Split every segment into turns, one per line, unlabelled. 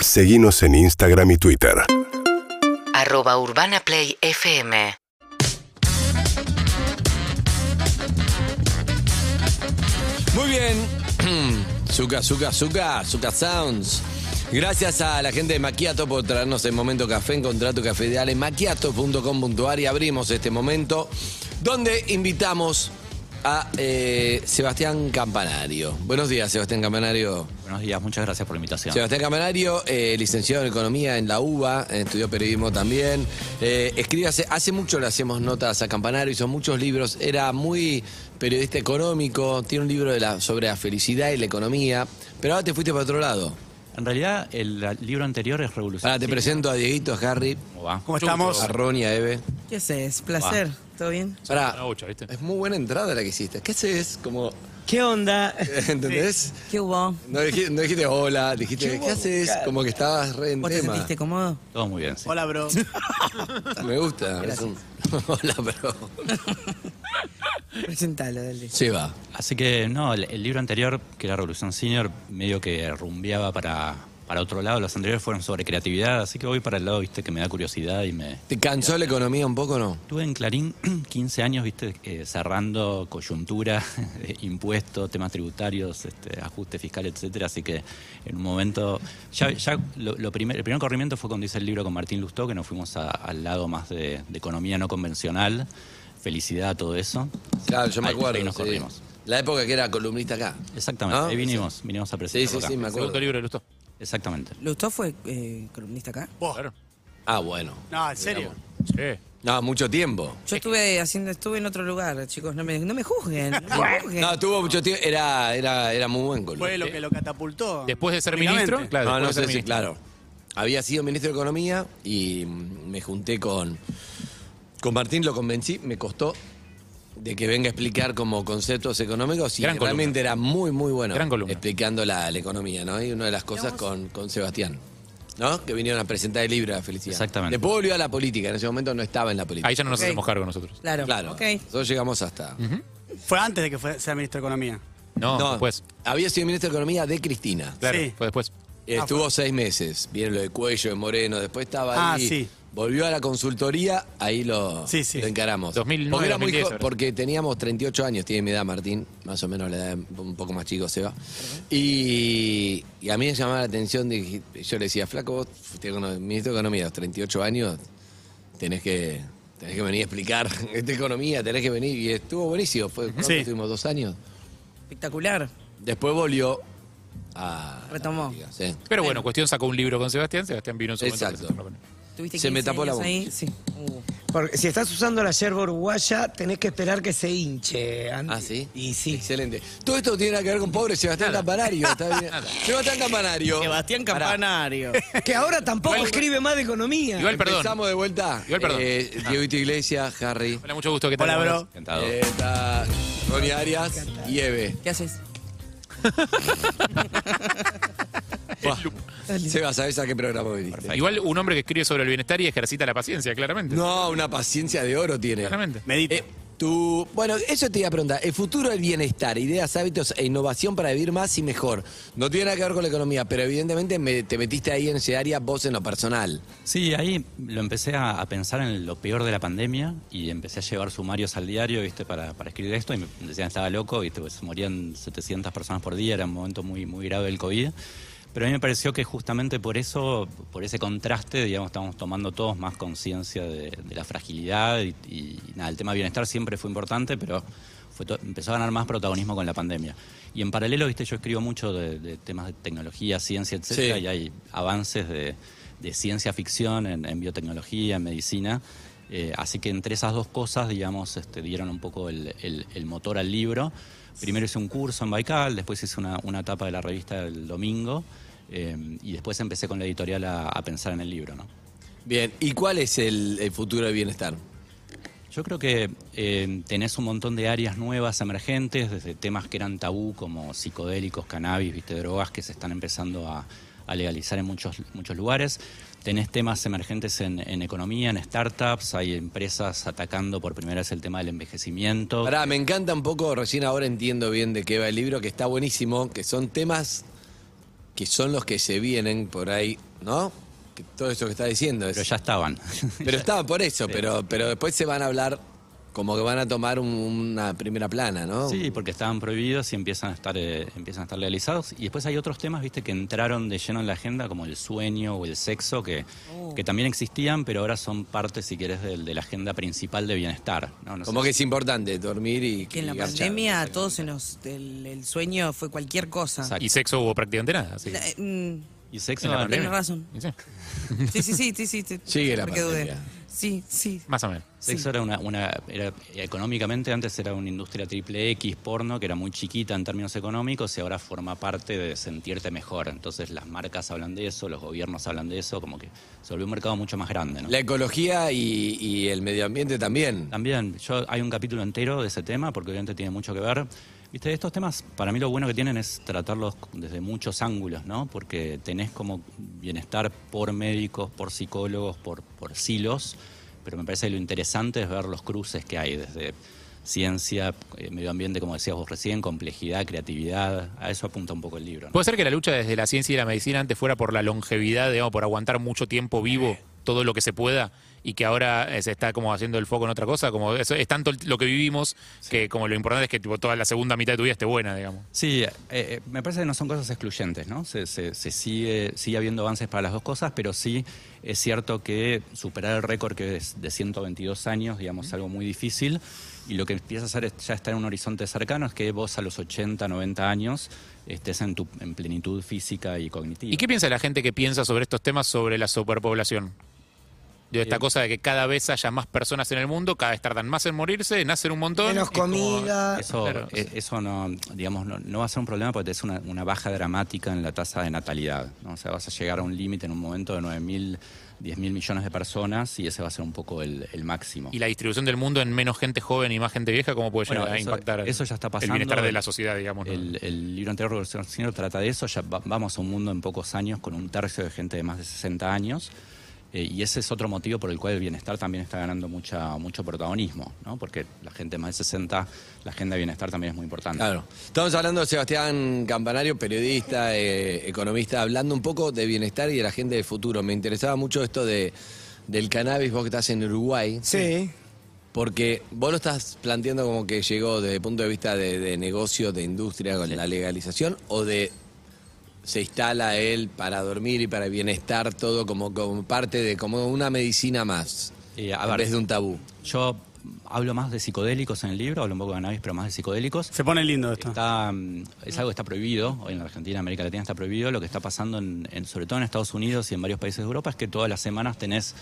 Seguimos en Instagram y Twitter.
arroba urbanaplayfm
Muy bien. Zuka, Zuka, Zuka, Zuka Sounds. Gracias a la gente de Maquiato por traernos el momento café. Encontrá tu café ideal en maquiato.com.ar y abrimos este momento donde invitamos a eh, Sebastián Campanario. Buenos días, Sebastián Campanario.
Buenos días, muchas gracias por la invitación.
Sebastián Camanario, eh, licenciado en Economía en la UBA, eh, estudió periodismo también. Eh, escribe hace, hace mucho le hacemos notas a Campanario, hizo muchos libros, era muy periodista económico, tiene un libro de la, sobre la felicidad y la economía, pero ahora te fuiste para otro lado.
En realidad, el la- libro anterior es Revolución.
Ahora te presento a Dieguito, a Harry,
¿Cómo va?
¿Cómo estamos?
a Ron y a Eve.
¿Qué haces? Placer. ¿Todo bien?
Pará,
la bocha, ¿viste?
es muy buena entrada la que hiciste. ¿Qué haces? Como,
¿Qué onda?
¿Entendés?
¿Qué hubo?
No dijiste, no dijiste hola, dijiste, ¿qué haces? Como que estabas re en
¿Vos te
tema.
sentiste cómodo?
Todo muy bien. sí.
Hola, bro.
Me gusta. es un- Hola, pero...
Presentalo, dale.
Se va.
Así que, no, el, el libro anterior, que era Revolución Senior, medio que rumbeaba para, para otro lado. Los anteriores fueron sobre creatividad, así que voy para el lado, viste, que me da curiosidad y me...
¿Te cansó la economía un poco no?
Estuve en Clarín 15 años, viste, eh, cerrando coyuntura, eh, impuestos, temas tributarios, este, ajuste fiscal, etcétera. Así que en un momento. Ya, ya lo, lo primer- el primer corrimiento fue cuando hice el libro con Martín Lustó, que nos fuimos a- al lado más de, de economía no convencional, felicidad, todo eso.
Claro, yo me
Ahí-
acuerdo.
ahí nos
sí.
corrimos.
La época que era columnista acá.
Exactamente,
¿No?
ahí vinimos, vinimos a
Sí, sí,
presentarlo
sí, me
acá.
Segundo
acuerdo.
libro de Lustó.
Exactamente.
¿Lustó fue eh, columnista acá?
Vos. Claro.
Ah, bueno.
No, en serio.
Sí.
No, mucho tiempo.
Yo estuve haciendo, estuve en otro lugar, chicos. No me, no me juzguen. No me juzguen.
No, tuvo mucho tiempo. Era, era, era muy buen columnista.
Fue lo que lo catapultó.
Después de ser
Únicamente.
ministro, claro.
no, no
después de
sé
ser
si,
ministro.
claro. Había sido ministro de Economía y mm, me junté con, con Martín, lo convencí, me costó de que venga a explicar como conceptos económicos y
Gran columna.
realmente era muy, muy bueno
Gran columna.
explicando la, la economía, ¿no? Y una de las cosas con, con Sebastián, ¿no? Que vinieron a presentar el libro de la felicidad.
Exactamente.
Después volvió a la política, en ese momento no estaba en la política.
Ahí ya no nos
Ok.
hacemos cargo nosotros.
Claro.
Claro,
Ok.
nosotros llegamos hasta...
Fue antes de que fue- sea ministro de Economía.
No,
No,
después.
había sido ministro de Economía de Cristina.
Claro,
Sí.
fue después.
Eh, Estuvo seis meses, viene lo de Cuello, de Moreno, después estaba
Ah,
ahí.
sí.
Volvió a la consultoría, ahí lo,
Sí, sí.
lo encaramos.
2009,
porque, era muy
2010,
jo-
ahora.
porque teníamos 38 años, tiene mi edad Martín, más o menos la edad un poco más chico se va. Y, y a mí me llamaba la atención, dije- yo le decía, flaco, vos fuiste econo- ministro de Economía, a los 38 años, tenés que, tenés que venir a explicar esta economía, tenés que venir. Y estuvo buenísimo, fue, ¿cuánto
Sí.
estuvimos? ¿Dos años?
Espectacular.
Después volvió a...
Retomó.
Sí.
Pero bueno, cuestión sacó un libro con Sebastián. Sebastián vino en su momento a
Exacto.
presentarlo.
¿Tuviste
Se me
15
tapó la
años
boca.
ahí? Sí. Uh.
Porque si estás usando la yerba uruguaya, tenés que esperar que se hinche. Andy.
Ah, sí.
Y sí.
Excelente. Todo esto tiene nada que ver con pobre Sebastián Campanario. Está bien. Sebastián Campanario.
Sebastián Campanario.
Que ahora tampoco escribe más de economía.
Igual, perdón.
Empezamos de vuelta.
Igual, perdón.
Eh, Dieguito Iglesias, Harry.
Hola, mucho gusto. ¿Qué tal?
Hola, bro.
Encantado.
eh, está Ronnie Arias y Eve.
¿Qué haces?
Seba, ¿sabes a qué programa viniste?
Perfecto.
Igual un hombre que escribe sobre el bienestar y ejercita la paciencia, claramente.
No, una paciencia de oro tiene.
Claramente.
Medita.
Eh, tu- bueno, eso te iba a preguntar. El futuro del bienestar, ideas, hábitos e innovación para vivir más y mejor. No tiene nada que ver con la economía, pero evidentemente me- te metiste ahí en ese área vos en lo personal.
Sí, ahí lo empecé a, a pensar en lo peor de la pandemia y empecé a llevar sumarios al diario, ¿viste? Para, para escribir esto y me decían que estaba loco, ¿viste? Pues morían 700 personas por día, era un momento muy, muy grave del COVID. Pero a mí me pareció que justamente por eso, por ese contraste, digamos, estamos tomando todos más conciencia de, de la fragilidad y, y nada, el tema de bienestar siempre fue importante, pero fue to- empezó a ganar más protagonismo con la pandemia. Y en paralelo, viste, yo escribo mucho de, de temas de tecnología, ciencia, etcétera,
Sí.
y hay avances de, de ciencia ficción en, en biotecnología, en medicina. Eh, así que entre esas dos cosas, digamos, este, dieron un poco el, el- el motor al libro. Primero hice un curso en Baikal, después hice una, una etapa de la revista El Domingo eh, y después empecé con la editorial a, a pensar en el libro, ¿no?
Bien, ¿y cuál es el, el futuro del bienestar?
Yo creo que eh, tenés un montón de áreas nuevas emergentes, desde temas que eran tabú como psicodélicos, cannabis, viste, drogas que se están empezando a, a legalizar en muchos, muchos lugares. Tenés temas emergentes en, en economía, en startups, hay empresas atacando por primera vez el tema del envejecimiento.
Pará, me encanta un poco, recién ahora entiendo bien de qué va el libro, que está buenísimo, que son temas que son los que se vienen por ahí, ¿no? Que todo esto que está diciendo es.
Pero ya estaban.
Pero estaban por eso, pero, pero después se van a hablar, como que van a tomar un- una primera plana, ¿no?
Sí, porque estaban prohibidos y empiezan a estar eh, empiezan a estar legalizados. Y después hay otros temas, viste, que entraron de lleno en la agenda, como el sueño o el sexo, que, que también existían, pero ahora son parte, si querés, del- de, la agenda principal de bienestar. ¿no? No sé
Como
si-
que es importante dormir y.
Que en la
y garchar.
pandemia a todos se nos. El, el sueño fue cualquier cosa.
Exacto.
Y sexo hubo prácticamente nada. así que-
La- eh, mm,
Y sexo
en la
no,
pandemia.
Tienes razón. Sí,
Sí,
sí, sí, sí. sí, sí
Sigue la
porque dudé.
pandemia.
Sí, sí.
Más o menos.
Sexo era una, una- era- económicamente antes era una industria triple X porno que era muy chiquita en términos económicos y ahora forma parte de sentirte mejor. Entonces las marcas hablan de eso, los gobiernos hablan de eso, como que se volvió un mercado mucho más grande. ¿no?
La ecología y, y el medio ambiente también.
También, yo hay un capítulo entero de ese tema, porque obviamente tiene mucho que ver. Viste, estos temas, para mí lo bueno que tienen es tratarlos desde muchos ángulos, ¿no? Porque tenés como bienestar por médicos, por psicólogos, por, por silos, pero me parece que lo interesante es ver los cruces que hay desde ciencia, eh, medio ambiente, como decías vos recién, complejidad, creatividad, a eso apunta un poco el libro. ¿no?
¿Puede ser que la lucha desde la ciencia y la medicina antes fuera por la longevidad, digamos, por aguantar mucho tiempo vivo
Eh.
todo lo que se pueda y que ahora eh, se está como haciendo el foco en otra cosa? Como eso, es tanto el- lo que vivimos que como lo importante es que tipo, toda la segunda mitad de tu vida esté buena, digamos.
Sí, eh, eh, me parece que no son cosas excluyentes, ¿no? Se, se- se sigue, sigue habiendo avances para las dos cosas, pero sí es cierto que superar el récord que es de 122 años, digamos, es algo muy difícil. Y lo que empieza a hacer es ya estar en un horizonte cercano es que vos a los 80, 90 años estés en, tu, en plenitud física y cognitiva.
¿Y qué piensa la gente que piensa sobre estos temas, sobre la superpoblación? De esta
Eh,
cosa de que cada vez haya más personas en el mundo, cada vez tardan más en morirse, nacen un montón.
Menos
es como-
comida.
Eso,
Claro,
eh, eso no, digamos, no, no va a ser un problema porque es una, una baja dramática en la tasa de natalidad. ¿no? O sea, vas a llegar a un límite en un momento de 9.000, 10.000 millones de personas y ese va a ser un poco el, el máximo.
Y la distribución del mundo en menos gente joven y más gente vieja, ¿cómo puede llegar
Bueno,
a
eso-
impactar
eso ya está pasando.
el bienestar de la sociedad, digamos? ¿no?
el, el libro anterior, Revolución Senior, trata de eso. Ya va- vamos a un mundo en pocos años con un tercio de gente de más de 60 años. eh, y ese es otro motivo por el cual el bienestar también está ganando mucha, mucho protagonismo, ¿no? Porque la gente más de 60, la agenda de bienestar también es muy importante.
Claro. Estamos hablando de Sebastián Campanario, periodista, eh, economista, hablando un poco de bienestar y de la gente del futuro. Me interesaba mucho esto de, del cannabis, vos que estás en Uruguay,
Sí.
porque vos lo estás planteando como que llegó desde el punto de vista de, de negocio, de industria, con la legalización, o de se instala él para dormir y para bienestar, todo como, como parte de como una medicina más,
Eh, a
a
ver,
través de un tabú.
Yo hablo más de psicodélicos en el libro, hablo un poco de cannabis, pero más de psicodélicos.
Se pone lindo esto.
Está, mm, es algo que está prohibido, hoy en la Argentina, en América Latina está prohibido, lo que está pasando en, en- sobre todo en Estados Unidos y en varios países de Europa es que todas las semanas tenés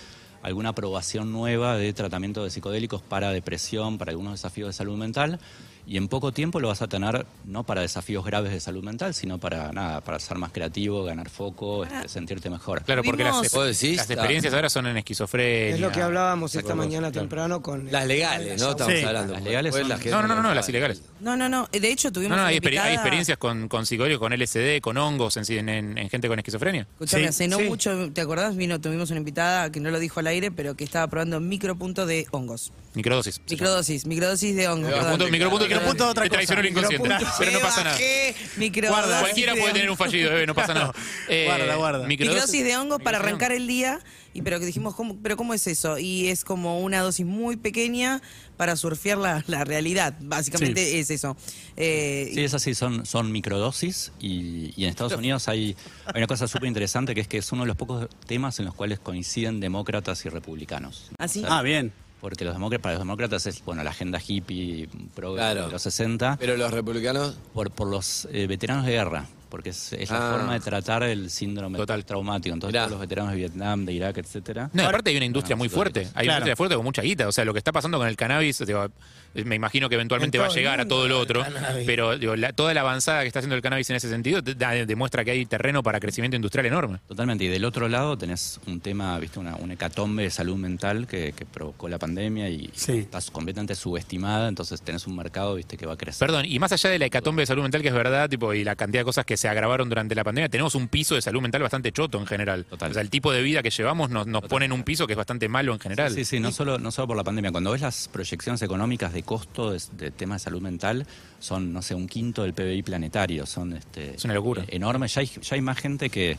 alguna aprobación nueva de tratamiento de psicodélicos para depresión, para algunos desafíos de salud mental, y en poco tiempo lo vas a tener no para desafíos graves de salud mental, sino para nada, para ser más creativo, ganar foco, este, sentirte mejor.
Claro, porque las,
Vimos-
¿Vos decís?
las experiencias ahora son en esquizofrenia.
Es lo que hablábamos
Esa
esta
cosa,
mañana
claro.
temprano con...
Las legales, ¿no? Estamos
Sí.
hablando.
Las legales
Después
son-
la gente
No, no, no, no, las
sabe.
ilegales.
No, no, no. De hecho,
No,
tuvimos.
no, hay,
una
experi- hay
picada-
experiencias con, con psicodélicos, con LSD, con hongos en, en- en gente con esquizofrenia.
Escuchame,
Sí,
hace no
sí.
mucho, ¿te acordás? Vino, tuvimos una invitada que no lo dijo al aire, pero que estaba probando micropunto de hongos.
Microdosis. se llama.
Microdosis, microdosis de hongos. perdón.
Micropunto, micropunto,
Micropunto es otra
te
cosa.
traicionó el inconsciente.
Micropunto.
Pero no pasa nada.
Bajé Eh, microdosis
Guarda,
Cualquiera
de
puede tener un
hongos.
fallido, bebé, no pasa nada. Eh,
Guarda, guarda.
Microdosis de hongos para arrancar el día, y pero que dijimos, ¿cómo, ¿pero cómo es eso? Y es como una dosis muy pequeña para surfear la, la realidad, básicamente es eso. Eh,
Sí, es así, son, son microdosis y, y en Estados Unidos hay, hay una cosa súper interesante que es que es uno de los pocos temas en los cuales coinciden demócratas y republicanos.
Así.
Ah, bien.
Porque los demócratas, para los demócratas es bueno la agenda hippie, pro
Claro.
de los 60,
Pero los republicanos
por, por los eh, veteranos de guerra, porque es, es la
Ah.
forma de tratar el síndrome
Total.
traumático. Entonces,
Mirá.
todos los veteranos de Vietnam, de Irak, etcétera.
No, aparte hay una industria muy fuerte. Hay una
Claro.
industria fuerte con mucha guita. O sea, lo que está pasando con el cannabis, digo, me imagino que eventualmente
En
va a
todo el
llegar a
mundo
todo lo
el
otro.
cannabis.
Pero digo, la- toda la avanzada que está haciendo el cannabis en ese sentido te- da- demuestra que hay terreno para crecimiento industrial enorme.
Totalmente, y del otro lado tenés un tema, viste, una, una hecatombe de salud mental que, que provocó la pandemia y
Sí.
estás completamente subestimada, entonces tenés un mercado, viste, que va a crecer.
Perdón, y más allá de la hecatombe de salud mental, que es verdad, tipo, y la cantidad de cosas que que se agravaron durante la pandemia, tenemos un piso de salud mental bastante choto en general.
Total.
O sea, el tipo de vida que llevamos nos, nos pone en un piso que es bastante malo en general.
Sí, sí, no solo, no solo por la pandemia. Cuando ves las proyecciones económicas de costo de, de temas de salud mental, son, no sé, un quinto del PBI planetario. Son, este,
Es una locura.
eh, enormes. Ya hay, ya hay más gente que,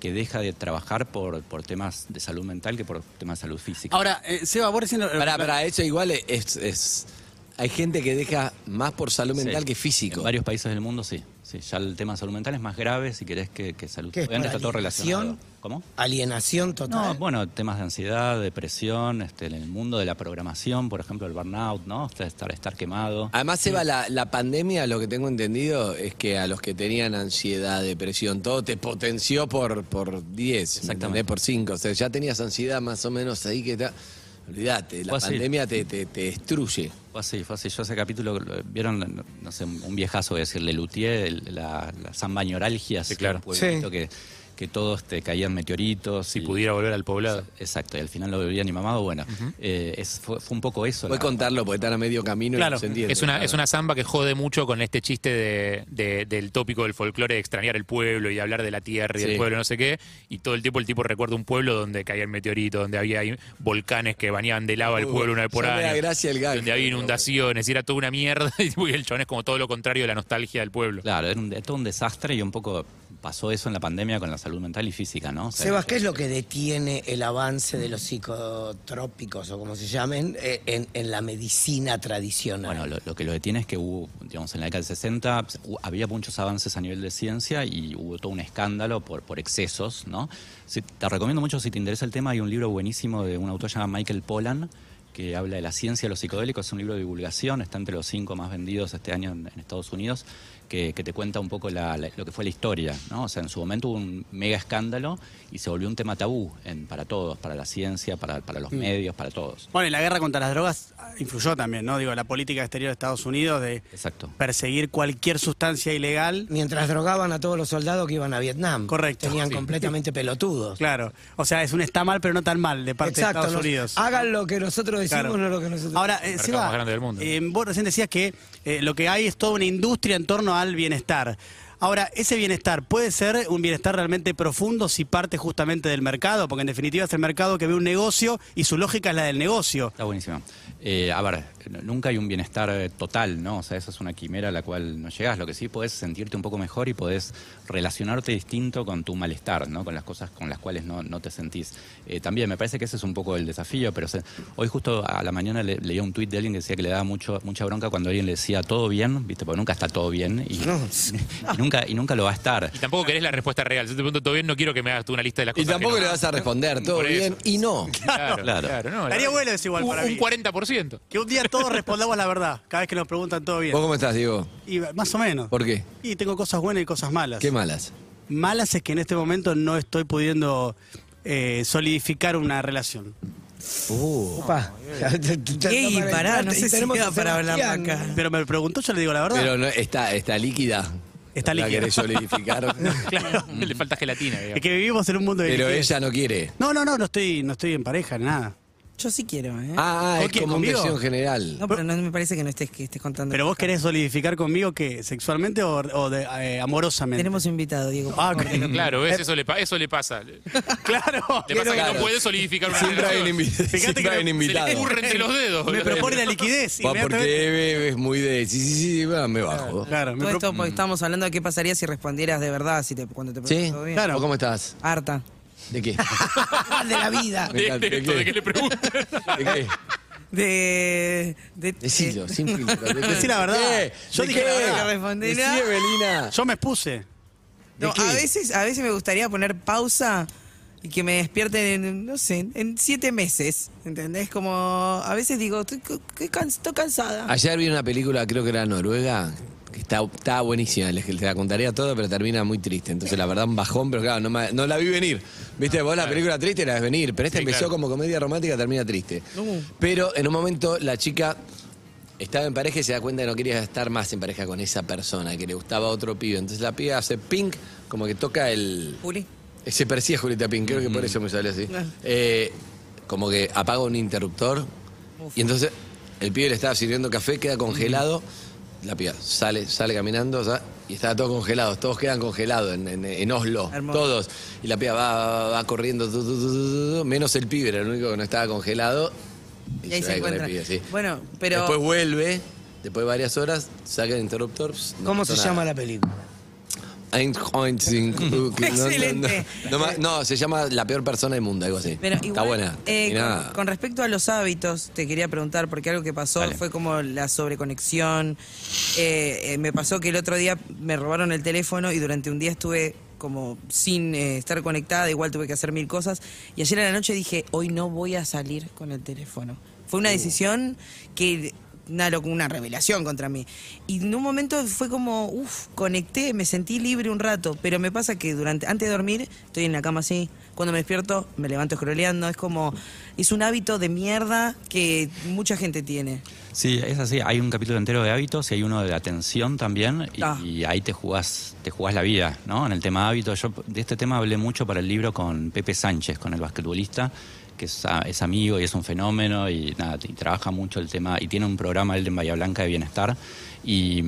que deja de trabajar por, por temas de salud mental que por temas de salud física.
Ahora, eh, Seba, vos recién...
Para, para eso igual es, es- Hay gente que deja más por salud
Sí.
mental que
En
físico.
varios países del mundo, sí. sí. Ya el tema de salud mental es más grave si querés que, que salud.
¿Qué es,
Obviamente está todo
paralización?
relacionado. ¿Cómo?
Alienación
No,
total.
bueno, temas de ansiedad, depresión, este, en el mundo de la programación, por ejemplo, el burnout, ¿no? O sea, Estar, estar quemado.
Además, Eva, la, la pandemia, lo que tengo entendido es que a los que tenían ansiedad, depresión, todo te potenció por, por 10, ¿me
Exactamente.
entendés? por 5. O sea, ya tenías ansiedad más o menos ahí que está. Olvídate, la
Fue así.
pandemia te, te, te destruye.
Fue así, fue así. Yo ese capítulo, lo- vieron, no- no sé, un viejazo, voy a decirle, Luthier, el- la, la Samba Ñoralgia,
Sí, claro.
un pueblito
Sí.
que, que todos te caían meteoritos.
Si
y-
pudiera volver al poblado.
Exacto, y al final lo bebían y mamado. Bueno, eh, es- fue, fue un poco eso.
Voy a
la-
contarlo porque están a medio camino y
Claro,
no se entiende.
Es una, es una samba que jode mucho con este chiste de- de- del tópico del folclore de extrañar el pueblo y de hablar de la tierra y
Sí.
del pueblo no sé qué. Y todo el tiempo el tipo recuerda un pueblo donde caía el meteorito, donde había ahí volcanes que bañaban de lava el
Uh,
pueblo una vez por
ya me da
año.
gracia el gag.
donde había inundaciones, y era toda una mierda. Y tipo, y el chabón es como todo lo contrario de la nostalgia del pueblo.
Claro, era, un- era todo un desastre y un poco pasó eso en la pandemia con la salud mental y física, ¿no? O sea,
Sebas, ¿qué es lo que detiene el avance de los psicotrópicos o como se llamen eh, en, en la medicina tradicional?
Bueno, lo, lo que lo detiene es que hubo, digamos, en la década del 60 pues, hu- había muchos avances a nivel de ciencia y hubo todo un escándalo por, por excesos, ¿no? Si- te recomiendo mucho, si te interesa el tema, hay un libro buenísimo de un autor llamado Michael Pollan que habla de la ciencia de los psicodélicos, es un libro de divulgación, está entre los cinco más vendidos este año en, en Estados Unidos, que, que te cuenta un poco la- la- lo que fue la historia, ¿no? O sea, en su momento hubo un mega escándalo y se volvió un tema tabú en- para todos, para la ciencia, para, para los medios, para todos.
Bueno, y la guerra contra las drogas ah, influyó también, ¿no? Digo, la política exterior de Estados Unidos de
Exacto.
perseguir cualquier sustancia ilegal.
Mientras drogaban a todos los soldados que iban a Vietnam.
Correcto.
Tenían
Sí.
completamente pelotudos.
Claro. O sea, es un está mal, pero no tan mal de parte de Estados
nos-
Unidos.
Hagan lo que nosotros decimos,
Claro.
no lo que nosotros
Ahora, eh,
Mercado
Seba,
más grande del mundo.
eh, vos recién decías que eh, lo que hay es toda una industria en torno al bienestar. Ahora, ese bienestar puede ser un bienestar realmente profundo si parte justamente del mercado, porque en definitiva es el mercado que ve un negocio y su lógica es la del negocio.
Está buenísimo. Eh, a ver, n- nunca hay un bienestar eh, total, ¿no? O sea, esa es una quimera a la cual no llegas. Lo que sí podés sentirte un poco mejor y podés relacionarte distinto con tu malestar, ¿no? Con las cosas con las cuales no, no te sentís. Eh, también me parece que ese es un poco el desafío, pero se- hoy justo a la mañana le- leía un tuit de alguien que decía que le daba mucho, mucha bronca cuando alguien le decía todo bien, ¿viste? Porque nunca está todo bien y, y nunca, y nunca lo va a estar.
Y tampoco querés la respuesta real. Si te pregunto todo bien, no quiero que me hagas tú una lista de las
Y
cosas. que
tampoco
no.
le vas a responder, todo
Por eso.
bien y no.
Claro,
Claro.
claro. no, la
Estaría
verdad.
bueno desigual
un,
para
un
mí.
40%.
Que un día todos respondamos la verdad, cada vez que nos preguntan todo bien.
¿Vos cómo estás, Diego?
Y más o menos.
¿Por qué?
Y tengo cosas buenas y cosas malas.
¿Qué malas?
Malas es que en este momento no estoy pudiendo eh, solidificar una relación.
Opa.
Ey, Ah, pará, no
Y
sé si
tenemos
da
a
para hablar
Sebastián.
acá.
Pero me preguntó, yo le digo la verdad.
Pero no, está, está líquida.
Está
¿La
líquida.
querés solidificar?
claro.
Mm.
Le falta gelatina, digamos.
Es que vivimos en un mundo de
Pero
liquidez.
ella no quiere.
No, no, no, no estoy, no estoy en pareja, ni nada.
Yo sí quiero, ¿eh?
Ah, ah,
¿Con
es
quién?
como un
¿Conmigo?
deseo en general.
No, pero no me parece que no estés, que estés contando.
Pero vos querés solidificar conmigo que sexualmente o, o de- eh, amorosamente.
Tenemos invitado, Diego. por
Ah,
favor.
ok.
Claro, ¿ves? Eso le, pa- eso le pasa. Le
claro.
pasa que
Claro.
no puede solidificar una
Siempre hay un,
relación.
invi- siempre
que
hay un
no-
Se le
invitado.
escurre entre los dedos.
Me
boludo.
propone la liquidez.
Va,
inmediatamente.
porque es muy de. Sí, sí, sí, va, me bajo.
Claro, me
Todo
pro-
esto porque estábamos hablando de qué pasaría si respondieras de verdad, si te, cuando te preguntas
¿Sí?
todo bien.
Claro.
¿Vos ¿Cómo estás?
Harta.
¿De qué?
de la vida.
Me encanta.
De esto, de que le preguntan.
¿De qué?
De. de
Decilo, sin filtro. ¿De qué?
Decí la verdad.
¿De qué?
Yo
¿De
dije la
qué?
verdad.
No respondí
Decí,
nada.
Evelina.
Yo me expuse.
¿De
No,
qué?
a veces, a veces me gustaría poner pausa y que me despierten en, no sé, en siete meses. ¿Entendés? Como a veces digo, estoy, c- c- can- estoy cansada.
Ayer vi una película, creo que era noruega, que está, está buenísima, les, te la contaría todo, pero termina muy triste. Entonces, la verdad, un bajón, pero claro, no, ma- no la vi venir. Viste, vos la película triste la ves venir, pero esta
Ah, Sí,
empezó
claro.
como comedia romántica, termina triste. Pero en un momento la chica estaba en pareja y se da cuenta que no quería estar más en pareja con esa persona, que le gustaba otro pibe. Entonces la piba hace pink, como que toca el...
Juli.
Se parecía a Julieta Pink, creo que por eso me sale así. Eh, como que apaga un interruptor y entonces el pibe le estaba sirviendo café, queda congelado. La piba sale, sale caminando, o sea, Y estaba todo congelado, todos quedan congelados en, en- en Oslo,
Hermoso.
todos. Y la piba va, va- va corriendo, tu, tu, tu, tu, tu, tu, menos el pibe, era el único que no estaba congelado.
Y
va
ahí se
con el
encuentra.
pibe, sí.
Bueno, pero.
Después vuelve, después de varias horas, saca el interruptor. pss, no
¿Cómo
pasó
se
nada.
llama la película?
Einstein, Cook, no, no, no.
Excelente.
No, ma- no, se llama La peor persona del mundo, algo así.
Pero
Está
igual,
buena.
eh,
Y
con,
nada.
con respecto a los hábitos, te quería preguntar, porque algo que pasó
Dale.
fue como la sobreconexión. Eh, eh, me pasó que el otro día me robaron el teléfono y durante un día estuve como sin eh, estar conectada, igual tuve que hacer mil cosas. Y ayer en la noche dije, hoy no voy a salir con el teléfono. Fue una decisión que... Una, locu- una revelación contra mí. Y en un momento fue como, uff, conecté, me sentí libre un rato, pero me pasa que durante antes de dormir estoy en la cama así, cuando me despierto me levanto escroleando, es como, es un hábito de mierda que mucha gente tiene.
Sí, es así. Hay un capítulo entero de hábitos y hay uno de atención también. Y,
Ah.
y ahí te jugás, te jugás la vida, ¿no? En el tema hábitos. Yo de este tema hablé mucho para el libro con Pepe Sánchez, con el basquetbolista, que es, a- es amigo y es un fenómeno y nada, y trabaja mucho el tema. Y tiene un programa él en Bahía Blanca de bienestar. Y,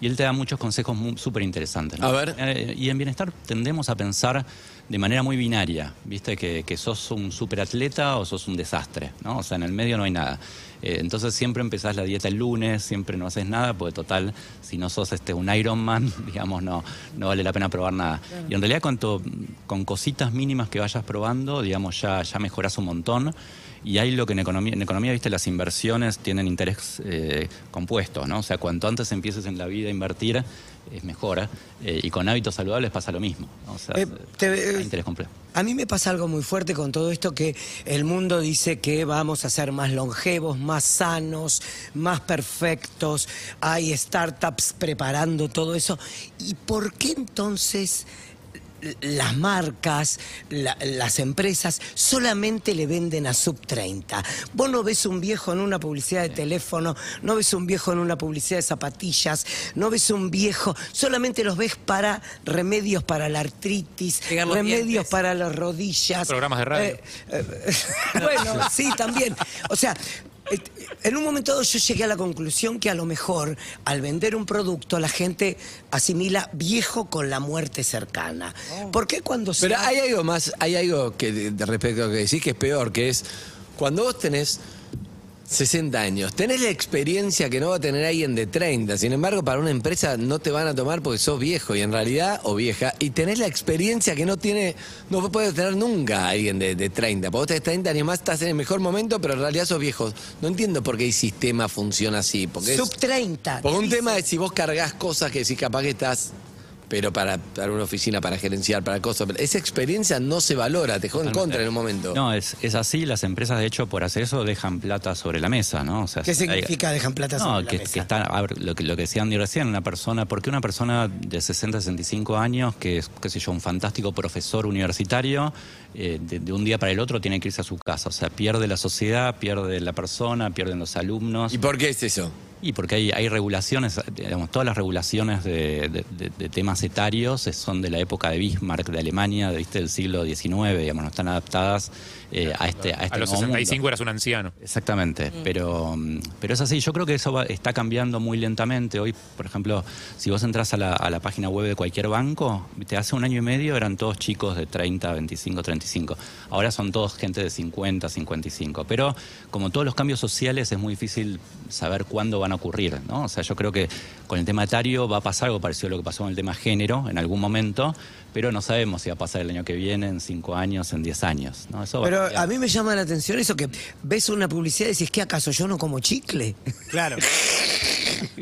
y él te da muchos consejos mu- súper interesantes. ¿no?
A ver.
Eh, y en bienestar tendemos a pensar de manera muy binaria, ¿viste? Que, que sos un superatleta o sos un desastre, ¿no? O sea, en el medio no hay nada. Eh, entonces siempre empezás la dieta el lunes, siempre no haces nada, porque total, si no sos este, un Ironman, digamos, no, no vale la pena probar nada. Y en realidad cuanto, con cositas mínimas que vayas probando, digamos, ya, ya mejorás un montón. Y hay lo que en economía, en economía, viste, las inversiones tienen interés eh, compuesto, ¿no? O sea, cuanto antes empieces en la vida a invertir, es mejor. eh, y con hábitos saludables pasa lo mismo. ¿no? O sea,
Eh, te-
hay interés complejo.
A mí me pasa algo muy fuerte con todo esto que el mundo dice que vamos a ser más longevos, más sanos, más perfectos, hay startups preparando todo eso. ¿Y por qué entonces l- las marcas, la- las empresas solamente le venden a sub 30? Vos no ves un viejo en una publicidad de teléfono, no ves un viejo en una publicidad de zapatillas, no ves un viejo, solamente los ves para remedios para la artritis,
Pegar los
remedios
dientes.
para las rodillas.
Programas de radio.
Eh, eh, bueno, sí, también. O sea, et- en un momento dado yo llegué a la conclusión que a lo mejor al vender un producto la gente asimila viejo con la muerte cercana. ¿Por qué cuando se...
Oh. Pero hay algo más, hay algo que de- de respecto a lo que decís que es peor, que es cuando vos tenés 60 años, tenés la experiencia que no va a tener alguien de 30, sin embargo para una empresa no te van a tomar porque sos viejo y en realidad o vieja, y tenés la experiencia que no tiene, no puede tener nunca alguien de, de 30, porque vos tenés 30 años más, estás en el mejor momento, pero en realidad sos viejo. No entiendo por qué el sistema funciona así, porque es-
Sub 30.
porque un tema es si vos cargas cosas que decís capaz que estás, pero para, para una oficina, para gerenciar, para cosas. pero esa experiencia no se valora, te juega en contra en un momento.
No, es, es así. Las empresas, de hecho, por hacer eso, dejan plata sobre la mesa, ¿no? O sea,
¿Qué
hay-
significa dejan plata
No,
sobre la
que,
mesa?
que está, a ver, lo que, lo que decía Andy recién, una persona, porque una persona de 60, 65 años, que es, qué sé yo, un fantástico profesor universitario, eh, de, de un día para el otro tiene que irse a su casa. O sea, pierde la sociedad, pierde la persona, pierden los alumnos.
¿Y por qué es eso?
Y porque hay, hay regulaciones, digamos, todas las regulaciones de, de- de- de temas etarios eh, son de la época de Bismarck, de Alemania, de, ¿viste? del siglo XIX, digamos, no están adaptadas eh, a este, a este
A los
nuevo mundo.
65 eras un anciano.
Exactamente, pero, mm, pero es así. Yo creo que eso va- está cambiando muy lentamente. Hoy, por ejemplo, si vos entras a la, a la página web de cualquier banco, te hace un año y medio eran todos chicos de 30, 25, 35. Ahora son todos gente de 50, 55. Pero como todos los cambios sociales es muy difícil saber cuándo van a ocurrir. ¿no? O sea, yo creo que con el tema etario va a pasar algo parecido a lo que pasó con el tema género en algún momento, pero no sabemos si va a pasar el año que viene, en 5 años, en 10 años. ¿no? Eso va
Pero
cambiar.
a mí me llama la atención eso que ves una publicidad y dices, ¿qué acaso yo no como chicle?
Claro.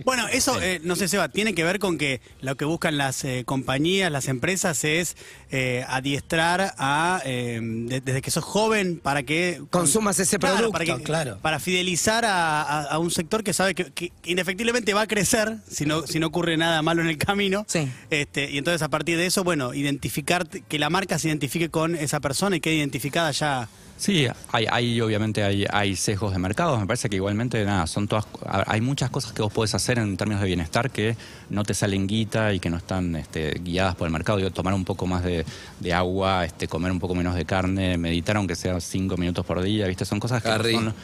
Bueno, eso, eh, no sé, Seba, tiene que ver con que lo que buscan las eh, compañías, las empresas, es eh, adiestrar a, eh, de- desde que sos joven para que...
Consumas ese producto,
para
claro.
Para fidelizar a, a- a un sector que sabe que, que indefectiblemente va a crecer si no, si no ocurre nada malo en el camino.
Sí.
Este, y entonces a partir de eso, bueno, identificar, que la marca se identifique con esa persona y quede identificada ya...
Sí, hay, hay obviamente hay, hay sesgos de mercado. Me parece que igualmente nada, son todas, a ver, hay muchas cosas que vos podés hacer en términos de bienestar que no te salen guita y que no están este, guiadas por el mercado. Digo, tomar un poco más de, de agua, este, comer un poco menos de carne, meditar aunque sea cinco minutos por día, viste, son cosas que no
Harry.
son,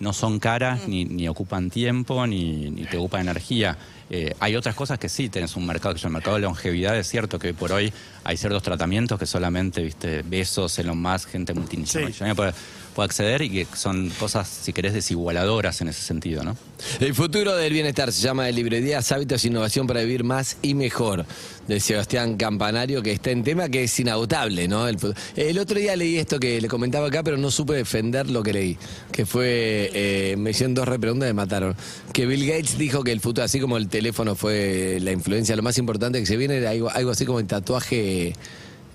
no son caras, ni, ni ocupan tiempo, ni, ni te ocupan energía. Eh, hay otras cosas que sí tenés un mercado, que es el mercado de longevidad, es cierto que hoy por hoy hay ciertos tratamientos que solamente, viste, besos, Elon Musk, gente multinacional
Sí.
puede, puede acceder y que son cosas, si querés, desigualadoras en ese sentido, ¿no?
El futuro del bienestar se llama de librerías, hábitos, e innovación para vivir más y mejor, de Sebastián Campanario, que está en tema que es inagotable, ¿no? El, fu- el otro día leí esto que le comentaba acá, pero no supe defender lo que leí, que fue, eh, me hicieron dos repreguntas y me mataron, que Bill Gates dijo que el futuro, así como el teléfono fue la influencia, lo más importante que se viene era algo, algo así como el tatuaje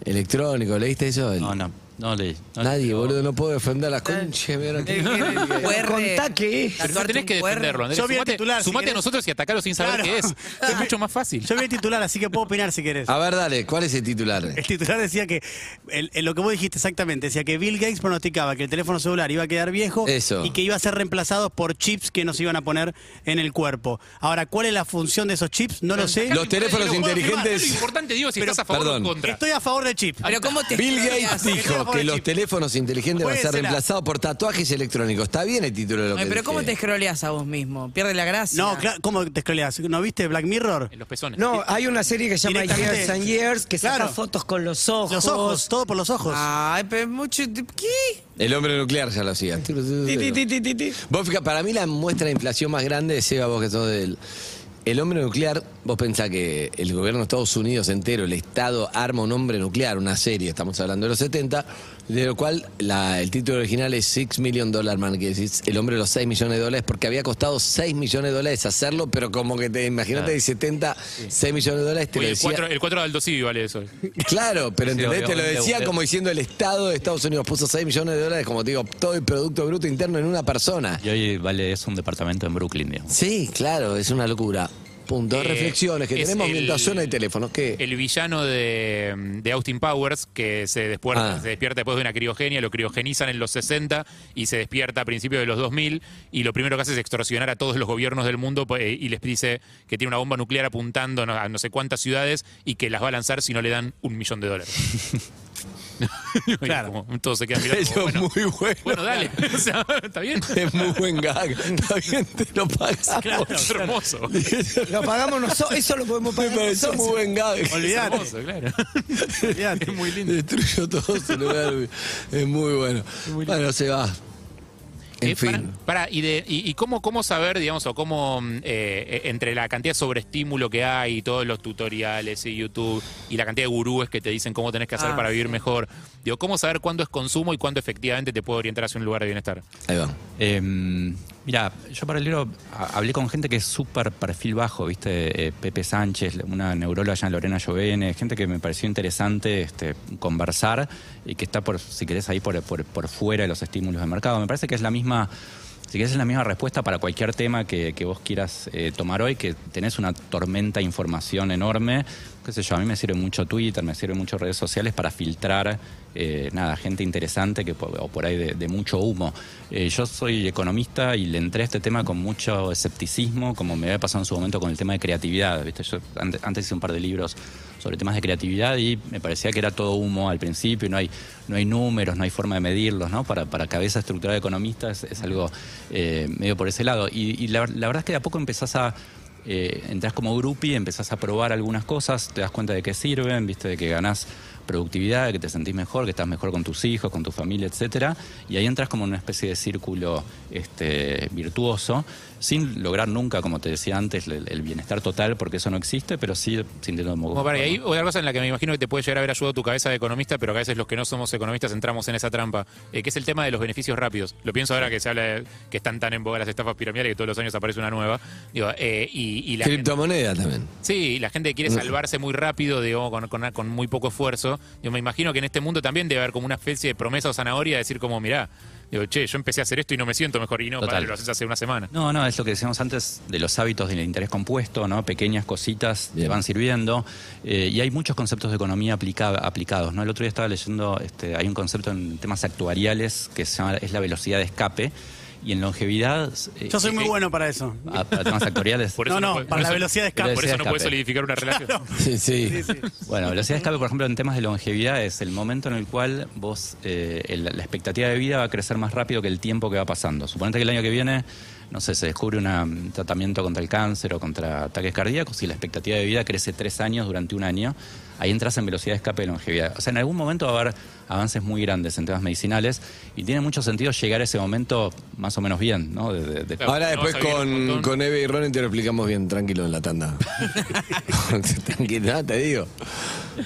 electrónico, ¿leíste eso? El-
No, no, no leí. No leí.
Nadie, boludo, no puedo defender las conchas. mira, que-
QR,
Contá qué es.
Pero no
tatuarte
tenés
un
que
QR.
defenderlo, Andrés.
Yo vi el
sumate
titular, si
sumate a
querés.
nosotros y atacarlo sin saber
Claro.
qué es. Es mucho más fácil.
Yo vi el titular, así que puedo opinar si querés.
A ver, dale, ¿cuál es el titular?
El titular decía que, el- el- lo que vos dijiste exactamente, decía que Bill Gates pronosticaba que el teléfono celular iba a quedar viejo
Eso.
y que iba a ser reemplazado por chips que nos iban a poner en el cuerpo. Ahora, ¿cuál es la función de esos chips? No lo sé.
Los teléfonos
Pero,
inteligentes-
Lo importante, digo, si
Pero,
estás a favor
perdón.
o en contra.
Estoy a favor de chips.
Pero ¿cómo te
Bill
estudias?
Gates
que
dijo
teléfono
que
de
los
chip.
teléfonos inteligentes van a ser
Juéguensela.
reemplazados por tatuajes electrónicos. Está bien el título de lo
Ay,
que
pero ¿cómo te
dije.
escroleas a vos mismo? Pierde la gracia.
No, claro, ¿cómo te escroleás? ¿No viste Black Mirror?
En los pezones.
No, hay una serie que se llama
Directamente-
Years and Years que saca
Claro.
fotos con los ojos.
Los ojos, todo por los ojos.
Ay, pero mucho. ¿Qué?
El hombre nuclear ya lo hacía.
Ti, ti, ti, ti, ti, ti.
Vos fijá, para mí la muestra de inflación más grande, Seba, vos que sos del... El hombre nuclear, vos pensás que el gobierno de Estados Unidos entero, el Estado, arma un hombre nuclear, una serie, estamos hablando de los 70, de lo cual la- el título original es Six Million Dollar Man, que es el hombre de los 6 millones de dólares, porque había costado 6 millones de dólares hacerlo, pero como que te imagínate de 70, 6 millones de dólares, te
Oye,
lo
el,
decía...
4, el cuatro de Aldo Civi vale eso.
Claro, pero
Sí,
entendés, te lo
obviamente,
decía
eh,
boludo.
como diciendo el Estado de Estados Unidos puso 6 millones de dólares, como te digo, todo el Producto Bruto Interno en una persona.
Y hoy vale eso un departamento en Brooklyn, digamos.
Sí, claro, es una locura. Punto.
Eh,
Reflexiones que
es
tenemos
el-
mientras suena el teléfono. ¿Qué?
El villano de, de Austin Powers, que se, despierta,
Ah.
se despierta después de una criogenia, lo criogenizan en los 60 y se despierta a principios de los 2000 y lo primero que hace es extorsionar a todos los gobiernos del mundo pues, eh, y les dice que tiene una bomba nuclear apuntando no- a no sé cuántas ciudades y que las va a lanzar si no le dan un millón de dólares. Y
Claro.
como todos se quedan mirando.
Eso
como,
es
bueno,
muy bueno.
bueno, dale. O sea, está bien.
Es muy buen gag. Está bien, te lo pagamos.
Es hermoso.
Lo pagamos nosotros, eso lo podemos
Me
pagar.
pareció
nosotros.
muy buen gag.
Olvidate.
hermoso, claro.
olvidate.
muy lindo.
Destruyó todo su lugar. Es muy bueno. Bueno, se va. En
Eh,
fin.
Para, para, y, de, y, y cómo, cómo saber, digamos, o cómo mm, eh, eh, entre la cantidad de sobreestímulo que hay, y todos los tutoriales y YouTube, y la cantidad de gurúes que te dicen cómo tenés que hacer
Ah,
para vivir mejor, digo, cómo saber cuándo es consumo y cuándo efectivamente te puede orientar hacia un lugar de bienestar.
Ahí va.
Eh, mira, yo para el libro ha- hablé con gente que es súper perfil bajo, ¿viste? Eh, Pepe Sánchez, una neuróloga allá en Lorena Llovene, gente que me pareció interesante este, conversar y que está, por, si querés, ahí por, por, por fuera de los estímulos de mercado. Me parece que es la misma. Si querés, es la misma respuesta para cualquier tema que, que vos quieras eh, tomar hoy, que tenés una tormenta de información enorme. Qué sé yo, a mí me sirve mucho Twitter, me sirve mucho redes sociales para filtrar, eh, nada, gente interesante que, po- o por ahí de, de mucho humo. Eh, yo soy economista y le entré a este tema con mucho escepticismo, como me había pasado en su momento con el tema de creatividad. ¿viste? Yo ante- antes hice un par de libros sobre temas de creatividad y me parecía que era todo humo al principio, no hay, no hay números, no hay forma de medirlos, ¿no? Para, para cabeza estructurada de economista es, es algo eh, medio por ese lado. Y, y la, la verdad es que de a poco empezás a... eh, entras como groupie, empezás a probar algunas cosas, te das cuenta de que sirven, viste, de que ganás productividad, de que te sentís mejor, que estás mejor con tus hijos, con tu familia, etcétera, y ahí entras como en una especie de círculo este, virtuoso, sin lograr nunca, como te decía antes, el, el bienestar total, porque eso no existe, pero sí sintiendo
Como para que ahí, otra cosa en la que me imagino que te puede llegar a haber ayudado tu cabeza de economista, pero que a veces los que no somos economistas entramos en esa trampa, eh, que es el tema de los beneficios rápidos. Lo pienso ahora que se habla de- que están tan en boga las estafas piramidales que todos los años aparece una nueva. Digo, eh, y, y la gente-
Criptomoneda también.
Sí, y la gente
Mm.
quiere salvarse muy rápido, digo, con, con- con muy poco esfuerzo. Yo me imagino que en este mundo también debe haber como una especie de promesa o zanahoria de decir como, mirá, digo, che, yo empecé a hacer esto y no me siento mejor. Y no,
Total.
padre, lo haces hace una semana.
No, no, es lo que decíamos antes de los hábitos del interés compuesto, ¿no? Pequeñas cositas te
Bien.
van sirviendo. eh, y hay muchos conceptos de economía aplica- aplicados, ¿no? El otro día estaba leyendo, este, hay un concepto en temas actuariales que se llama, es la velocidad de escape. y en longevidad. eh,
Yo soy muy
eh,
bueno para eso.
a- para temas actoriales.
Por
No,
eso
no,
puede-
para
por
la
eso-
velocidad de escape.
Por eso no puede
escape.
solidificar una relación.
Sí, sí.
Bueno, velocidad de escape, por ejemplo, en temas de longevidad es el momento en el cual vos, eh, el- la expectativa de vida va a crecer más rápido que el tiempo que va pasando. Suponete que el año que viene, no sé, se descubre una- un tratamiento contra el cáncer o contra ataques cardíacos y la expectativa de vida crece tres años durante un año. Ahí entras en velocidad de escape de longevidad. O sea, en algún momento va a haber avances muy grandes en temas medicinales y tiene mucho sentido llegar a ese momento más o menos bien, ¿no? De- de- de-
Claro.
Ahora
No,
después
sabía un
con,
montón.
con Eve y Ronen te lo explicamos bien, tranquilo en la tanda. Tranquila, te digo.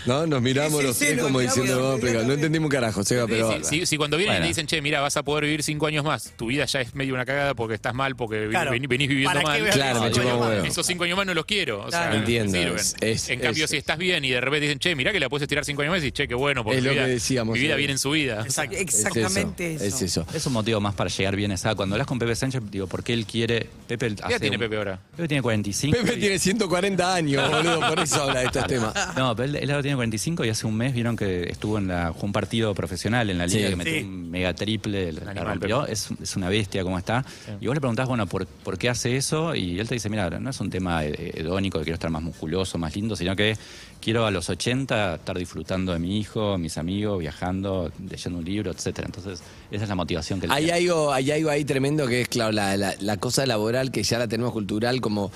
No, nos miramos
Sí, sí,
los
sí,
tres
nos
como
miramos
diciendo, vamos a explicar. No entendimos un carajo, Seba, pero.
Si, si- si cuando vienen
Bueno.
y te dicen, che, mira, vas a poder vivir cinco años más, tu vida ya es medio una cagada porque estás mal, porque vi-
Claro.
veni- venís viviendo
¿Para qué
mal.
voy a
Claro,
vivir
me
cinco
chupa
años
un
más?
huevo.
Esos cinco años más no los quiero. O sea,
Claro.
Entiendo,
me sirven.
es- es-
en cambio,
es-
si estás bien y de repente dicen, che, mirá que la puedes estirar cinco años más y che, qué bueno, porque
Es lo
mi vida,
que decíamos, eh.
mi vida
sí.
viene en su vida.
Exacto.
es eso,
Exactamente eso.
Es eso.
Es un motivo más para llegar bien a esa. Cuando hablas con Pepe Sánchez, digo, ¿por qué él quiere. Pepe
¿Qué edad tiene Pepe ahora?
Pepe tiene 45.
Pepe
y-
tiene 140 años, boludo, por eso habla de estos temas.
No, pero él, él ahora tiene 45 y hace un mes vieron que estuvo en la, jugó un partido profesional en la liga
Sí.
que metió
Sí.
un mega triple, la, la
Animal,
rompió. Es, es una bestia como está. Y vos le preguntás, bueno, ¿por, por qué hace eso? Y él te dice, mira, no es un tema eh, hedónico, que quiero estar más musculoso, más lindo, sino que quiero a los 80 estar disfrutando de mi hijo, mis amigos, viajando, leyendo un libro, etcétera. Entonces, esa es la motivación que él
Hay
tiene.
algo, hay algo ahí tremendo que es, claro, la, la- la cosa laboral que ya la tenemos cultural, como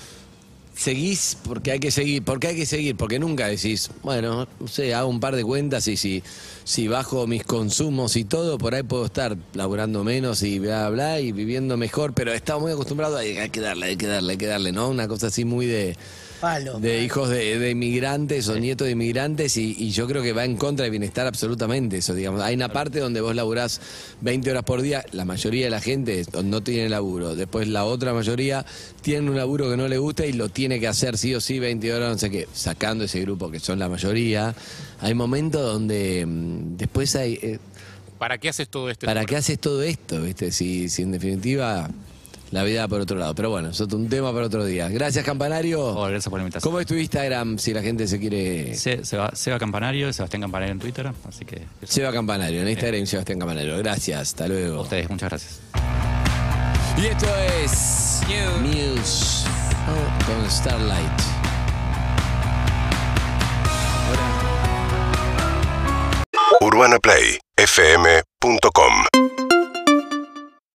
seguís porque hay que seguir, porque hay que seguir, porque nunca decís, bueno, no sé, hago un par de cuentas y si, si bajo mis consumos y todo, por ahí puedo estar laburando menos y bla, bla, y viviendo mejor, pero estaba muy acostumbrado a hay que darle, hay que darle, hay que darle, ¿no? Una cosa así muy de...
Palo.
De hijos de, de inmigrantes o nietos de inmigrantes, y, y yo creo que va en contra del bienestar absolutamente eso, digamos. Hay una parte donde vos laburás 20 horas por día, la mayoría de la gente no tiene laburo, después la otra mayoría tienen un laburo que no le gusta y lo tiene que hacer sí o sí 20 horas, no sé qué, sacando ese grupo que son la mayoría. Hay momentos donde mm, después hay... eh,
¿Para qué haces todo este
¿Para
esfuerzo?
qué haces todo esto, viste? Si, si en definitiva la vida va por otro lado. Pero bueno, es otro- un tema para otro día. Gracias, Campanario.
Oh, gracias por la invitación.
¿Cómo es tu Instagram si la gente se quiere...
Se, se va, Seba Campanario, Sebastián Campanario en Twitter, así que eso.
Seba Campanario, en Instagram Sebastián Campanario. Gracias, hasta
a
luego.
ustedes, muchas gracias.
Y esto es News con Starlight.
UrbanaPlay fm.com